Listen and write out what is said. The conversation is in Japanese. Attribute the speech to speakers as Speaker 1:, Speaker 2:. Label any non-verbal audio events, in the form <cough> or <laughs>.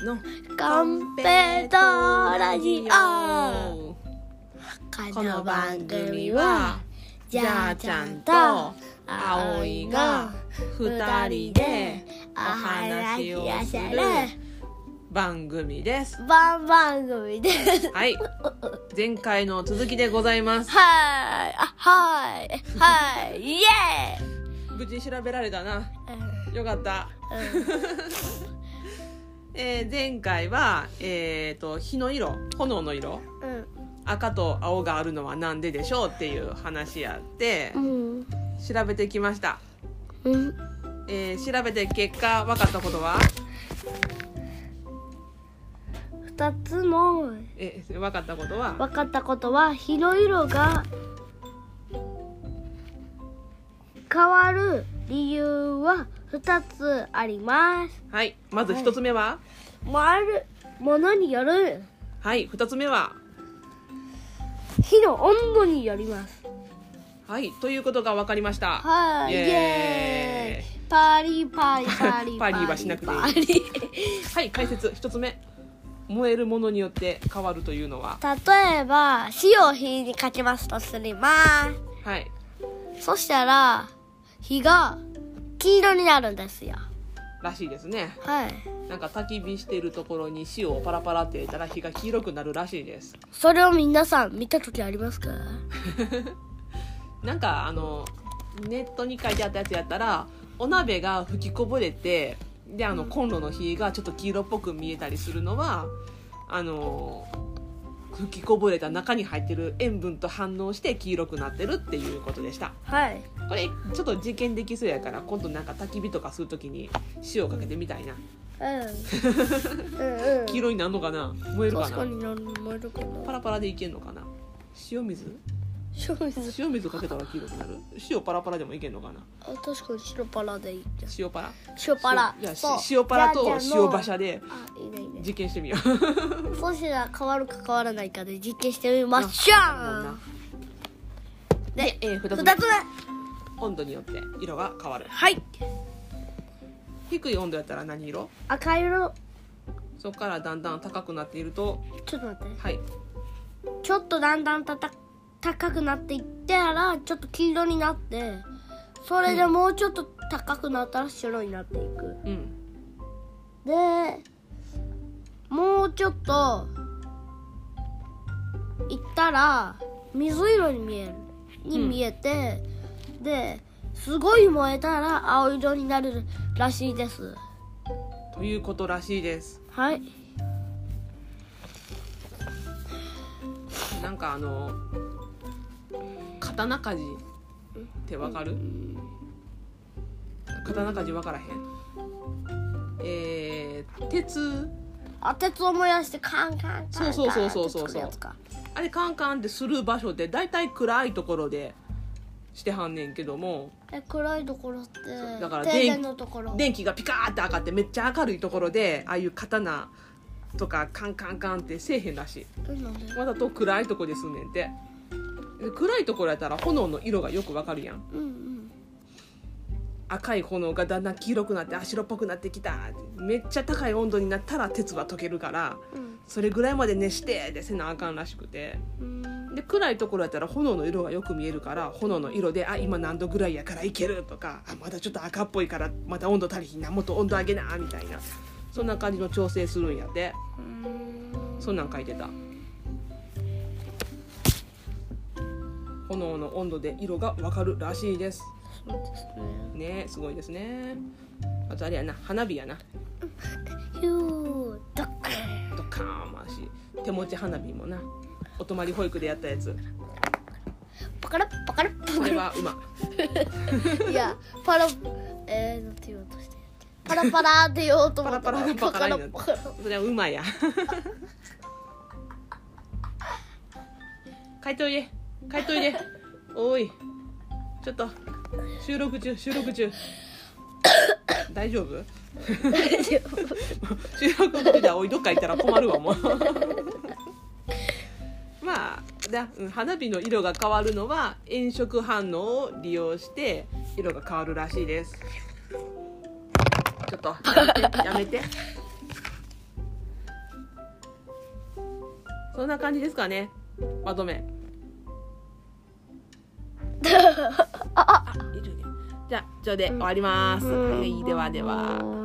Speaker 1: の
Speaker 2: カンペドラジオこ
Speaker 1: こ
Speaker 2: の
Speaker 1: の番
Speaker 2: 番組
Speaker 1: 組
Speaker 2: は
Speaker 1: は
Speaker 2: じ
Speaker 1: じ
Speaker 2: ゃ
Speaker 1: ゃ
Speaker 2: あ
Speaker 1: あ
Speaker 2: ち
Speaker 1: ち
Speaker 2: ゃ
Speaker 1: ゃ
Speaker 2: ん
Speaker 1: ん
Speaker 2: と
Speaker 1: と
Speaker 2: あおい
Speaker 1: 葵
Speaker 2: が
Speaker 1: が二
Speaker 2: 二人
Speaker 1: 人
Speaker 2: で
Speaker 1: でお
Speaker 2: お話
Speaker 1: 話
Speaker 2: を
Speaker 1: を
Speaker 2: す
Speaker 1: す
Speaker 2: る
Speaker 1: る番組です
Speaker 2: 番番組です
Speaker 1: はい前回の続きでございます
Speaker 2: はいあはいはいイエ
Speaker 1: 無事調べられたな
Speaker 2: ーイ
Speaker 1: よかった、
Speaker 2: うんうん
Speaker 1: えー前回はえっ、と火の色炎の色赤と青があるのはなんででしょうっていう話やって
Speaker 2: うん
Speaker 1: 調べてきました、
Speaker 2: うん
Speaker 1: えー調べて結果分かったことは
Speaker 2: 二つの
Speaker 1: えー分かったことは
Speaker 2: 分かったことは火の色が変わる理由は2つあります。
Speaker 1: はいまず1つ目は
Speaker 2: 回るものによる
Speaker 1: はい2つ目は
Speaker 2: 火の温度によります。
Speaker 1: はいということが分かりました
Speaker 2: はい、イ
Speaker 1: イ
Speaker 2: エ
Speaker 1: エ
Speaker 2: ーイパリパリパリ
Speaker 1: パリはしなくていい
Speaker 2: パリ
Speaker 1: はい解説1つ目燃えるものによって変わるというのは
Speaker 2: 例えば火を火にかけますとすりま
Speaker 1: はい
Speaker 2: す。そしたら火が黄色になるんですよ。
Speaker 1: らしいですね
Speaker 2: はい。
Speaker 1: なんか焚き火してるところに塩をパラパラって入れたら火が黄色くなるらしいです
Speaker 2: それを皆さん見た時ありますか
Speaker 1: なんかあのネットに書いてあったやつやったらお鍋が吹きこぼれてであのコンロの火がちょっと黄色っぽく見えたりするのはあの吹きこぼれた中に入ってる塩分と反応して黄色くなってるっていうことでした
Speaker 2: はい
Speaker 1: これちょっと実験できそうやから今度なんか焚き火とかするときに塩かけてみたいな
Speaker 2: うんうんうん
Speaker 1: 黄色になるのかな燃えるか
Speaker 2: 確か
Speaker 1: な
Speaker 2: に何もいるか
Speaker 1: パ
Speaker 2: な
Speaker 1: ラパラでいけんのかな塩水
Speaker 2: 白水
Speaker 1: 塩水かけたら黄色くなる塩パラパラでもいけんのかな
Speaker 2: あ確かに白パラでいいじゃん
Speaker 1: 塩パラ
Speaker 2: 白パラ
Speaker 1: 塩いや
Speaker 2: そう
Speaker 1: し塩パラと
Speaker 2: じゃあ
Speaker 1: 塩馬車で
Speaker 2: あいいねいいね
Speaker 1: 実験してみよう
Speaker 2: そうしたら変わるか変わらないかで実験してみましょうで
Speaker 1: で、えー、2つ
Speaker 2: 二つ
Speaker 1: 目 <laughs>
Speaker 2: 目
Speaker 1: 温度によって色が変わる
Speaker 2: はい
Speaker 1: 低い温度やったら何色
Speaker 2: 赤色
Speaker 1: そこからだんだん高くなっていると
Speaker 2: ちょっと待って
Speaker 1: はい
Speaker 2: ちょっとだんだんたた高くなっていったらちょっと黄色になってそれでもうちょっと高くなったら白になってい
Speaker 1: う
Speaker 2: く、
Speaker 1: ん
Speaker 2: でもうちょっと行ったら水色に見えるに見えて、ですごい燃えたら青色になるらしいです
Speaker 1: ということらしいです
Speaker 2: はい
Speaker 1: なんかあの刀鍛冶ってわかる刀鍛冶わからへんえー、鉄
Speaker 2: あ鉄を燃やしてカンカンカンカン
Speaker 1: そうそうそうそうそう
Speaker 2: って作るやつか
Speaker 1: あれカンカンってする場所って大体暗いところでしてはんねんけども
Speaker 2: え暗いところって
Speaker 1: うだから
Speaker 2: 停電のところ
Speaker 1: 電気がピカーって上がってめっちゃ明るいところでああいう刀とかカンカンカンってせえへんらし
Speaker 2: うんなんで
Speaker 1: いわざと暗いとこですんねんてで暗いところやったら炎の色がよくわかるやん
Speaker 2: うんうん
Speaker 1: 赤い炎がだんだん黄色くなってあ白っぽくなってきためっちゃ高い温度になったら鉄は溶けるから
Speaker 2: うん
Speaker 1: それぐらいまで熱してでせなあかんらしくて
Speaker 2: うん
Speaker 1: で暗いところやったら炎の色がよく見えるから炎の色で「あ今何度ぐらいやからいける」とかあ「まだちょっと赤っぽいからまた温度足りひんなもっと温度上げな」みたいなそんな感じの調整するんやって
Speaker 2: うん
Speaker 1: そんなん書いてた炎の温度で色がわかるらしいです
Speaker 2: そうですね
Speaker 1: ねすごいですねあとあれやな花火やな
Speaker 2: ヒュードッカーン
Speaker 1: ドカーン回し手持ち花火もなお泊まり保育でやったやつ
Speaker 2: パカラッパカラッパ
Speaker 1: こ
Speaker 2: カ
Speaker 1: れ
Speaker 2: ラ
Speaker 1: はうま
Speaker 2: ッいやパラえー、なんて言おうとしてパラパラーって言おうと思った
Speaker 1: パラパラがパカラになる
Speaker 2: パカラパカ
Speaker 1: それはうまいや。帰っといで。帰っといで。おい。ちょっと。収録中、収録中。大丈夫。収録中でおいどっか行ったら困るわもう。まあ、だうん花火の色が変わるのは炎色反応を利用して色が変わるらしいです。ちょっとやめて。やめてそんな感じですかねまとめあいるねじゃあ以上で終わります、はい、ではでは。